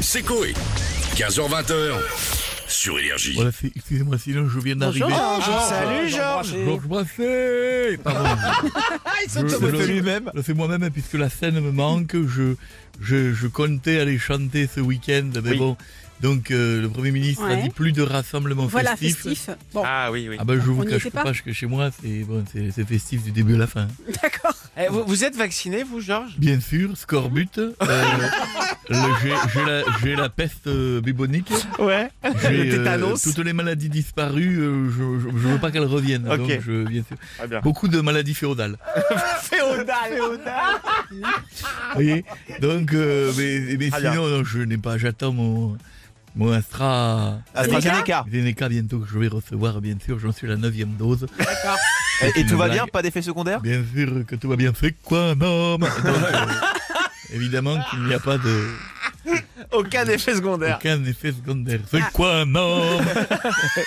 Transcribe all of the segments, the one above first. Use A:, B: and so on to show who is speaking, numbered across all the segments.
A: c'est Coé. 15h20 sur Énergie.
B: Voilà, c'est- excusez-moi, sinon je viens d'arriver.
C: Ah,
D: Salut Georges
B: Georges Brassens Pardon. Je- je-
D: lui-même
B: je- C'est moi-même, puisque la scène me manque. Je, je, je comptais aller chanter ce week-end, mais
D: Oui.
B: bon. Donc, euh, le Premier ministre a
E: Ouais.
B: dit plus de rassemblement
E: Voilà,
B: festif.
E: festif. Bon,
D: Ah oui, oui.
B: Ah ben, je vous
E: On y
B: cache
E: était
B: pas.
E: pas
B: que chez moi, c'est bon, c'est c'est festif du début à la fin.
E: d'accord.
D: Eh, vous, vous êtes vacciné, vous, Georges
B: Bien sûr, scorbut. euh, le- j'ai- J'ai la, j'ai la peste euh, bubonique.
D: Ouais.
B: J'ai,
D: Le
B: euh,
D: tétanos.
B: toutes les maladies disparues, euh, je, je, je veux pas qu'elles reviennent.
D: Ok.
B: Donc je, bien sûr.
D: Très bien.
B: Beaucoup de maladies féodales.
D: Féodal.
B: Vous voyez Donc, euh, mais, mais
D: Très bien.
B: sinon, non, je n'ai pas. J'attends mon, mon Astra.
D: Ah,
C: AstraZeneca.
B: AstraZeneca bientôt que je vais recevoir, bien sûr. J'en suis à la neuvième dose.
C: Et, et
B: Une
C: tout va
B: blague.
C: bien, pas d'effet secondaire
B: Bien sûr que tout va bien. C'est quoi un homme Donc, euh, Évidemment qu'il n'y a pas de
D: Aucun effet secondaire.
B: aucun effet secondaire. C'est
E: Ah.
B: quoi un homme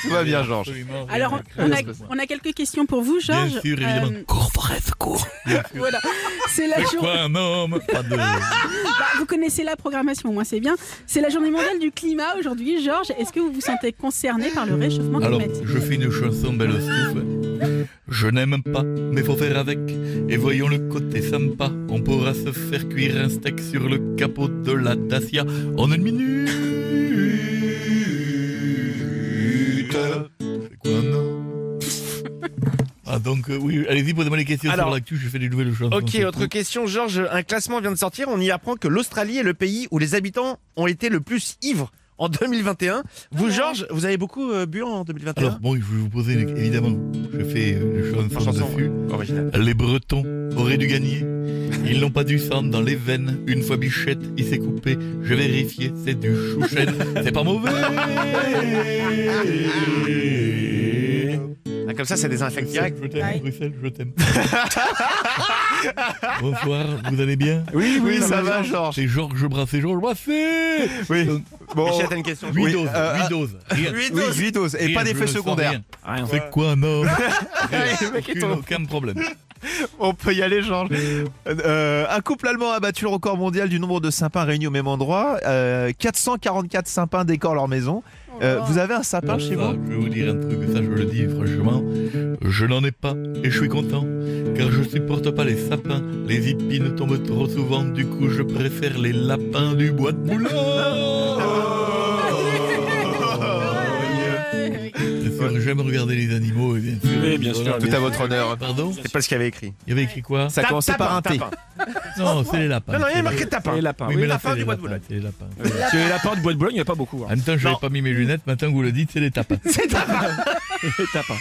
C: Tout va bien, Georges.
B: Absolument rien
E: Alors,
B: à craindre.
E: on a, on a quelques questions pour vous,
B: Bien
E: Georges.
B: sûr, évidemment.
E: Euh,
B: Cours, bref, cours.
E: voilà. C'est la
B: C'est
E: jour-
B: quoi un homme Pas de-
E: Bah, Vous connaissez la programmation, au moins c'est bien. C'est la journée mondiale du climat aujourd'hui, Georges. Est-ce que vous vous sentez concerné par le réchauffement
B: Alors,
E: climatique
B: je fais une chanson belle au souffle. Je n'aime pas, mais faut faire avec. Et voyons le côté sympa. On pourra se faire cuire un steak sur le capot de la Dacia en une minute. C'est quoi un homme Ah donc euh, oui, allez-y, posez-moi les questions
D: Alors,
B: sur l'actu, je fais des nouvelles chansons.
D: Ok,
B: c'est
D: autre
B: tout.
D: question, Georges. Un classement vient de sortir. On y apprend que l'Australie est le pays où les habitants ont été le plus ivres en 2021.
C: Ah.
D: Vous, Georges, vous avez beaucoup euh, bu en 2021
B: Alors bon, je vais vous poser une- évidemment, je fais euh, une chanson,
D: chanson,
B: dessus.
D: Original.
B: Les Bretons auraient dû gagner. Ils n'ont pas du sang dans les veines. Une fois Bichette, il s'est coupé. J'ai vérifié, c'est du chouchène. C'est pas mauvais.
D: Ah, comme ça, ça désinfecte direct.
B: Je t'aime, Bruxelles, je t'aime. Bonsoir, vous allez bien
D: Oui, oui, ça va, Georges.
B: C'est Georges Brassé, Georges Brassé
C: Oui. Euh, Bon,
D: Michel, t'as une question
B: 8
C: Oui,
B: doses,
C: euh,
B: 8 doses. Rien.
D: Huit
C: oui,
D: doses.
C: 8 doses. Et
B: Rien,
C: pas
B: je ne
C: d'effet
B: sens
C: secondaire.
B: rien. C'est quoi, non Aucune,
D: trop-
B: Aucun problème.
C: On peut y aller, Georges. Euh, un couple allemand a battu le record mondial du nombre de sapins réunis au même endroit. Euh, 444 sapins décorent leur maison. Euh, vous avez un sapin chez
B: Ça,
C: vous
B: Je vais vous dire un truc, ça je le dis franchement, je n'en ai pas et je suis content, car je supporte pas les sapins, les épines tombent trop souvent, du coup je préfère les lapins du bois de moulin.
E: Ouais.
B: Bien sûr, j'aime regarder les animaux, et bien sûr.
F: Oui, bien sûr,
B: Voilà.
F: bien sûr.
C: votre honneur.
B: Pardon
D: C'est pas ce qu'il y avait écrit.
B: Il y avait écrit quoi
C: Ça commençait
D: Tapin,
C: par un T.
D: tapin.
B: Non, c'est les lapins.
D: Non, non, il y a marqué tapin.
F: Les lapins.
B: Oui,
D: oui,
B: mais là,
D: lapin
B: c'est
D: du
B: les
D: bois de
B: lapins,
D: Boulogne.
B: c'est les lapins.
F: Parce que les lapins du bois de Boulogne, il n'y a pas beaucoup. hein.
B: En même temps, je
D: Non.
B: n'avais pas mis mes lunettes, maintenant que vous le dites, c'est les tapins.
D: C'est tapin.
F: Les tapins.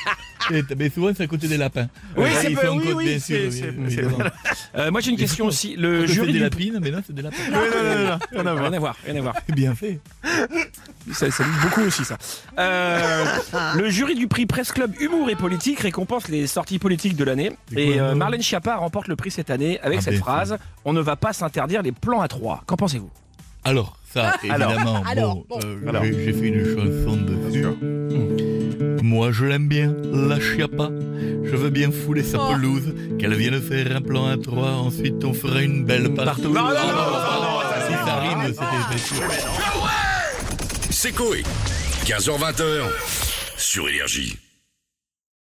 B: Et- Mais souvent, c'est à côté des lapins.
D: Oui,
B: Euh,
D: c'est
B: ils
D: pas-
B: sont en
D: oui,
B: côte,
D: oui,
B: bien
D: c'est-
B: sûr,
D: c'est-
B: bien
D: c'est-
B: évidemment.
F: Euh, moi, j'ai une question aussi. Le
B: Parce que
F: jury
B: c'est des
F: du
B: lapines, mais non, c'est des lapins.
F: Rien à voir, rien à voir.
B: C'est bien fait.
F: Ça, ça lit beaucoup aussi, ça. Euh, le jury du prix Presse Club Humour et Politique récompense les sorties politiques de l'année.
B: C'est
F: Et
B: quoi,
F: euh,
B: non
F: Marlène Schiappa remporte le prix cette année avec
B: Ah,
F: cette
B: bien
F: phrase On ne va pas s'interdire les plans à trois. Qu'en pensez-vous
B: Alors, ça,
D: Ah, Alors,
B: évidemment,
E: alors,
B: bon,
E: bon.
B: euh,
D: Alors.
B: j'ai j'ai fait une chanson dessus. Hmm. Moi, je l'aime bien, la chiappa. Je veux bien fouler sa
E: Oh.
B: pelouse. Qu'elle vienne faire un plan à trois. Ensuite, on fera une belle partout.
D: Non, non, non,
B: Ah,
D: non, non,
B: si ça rime, c'était bien sûr.
A: C'est Coé. 15h20 sur Énergie.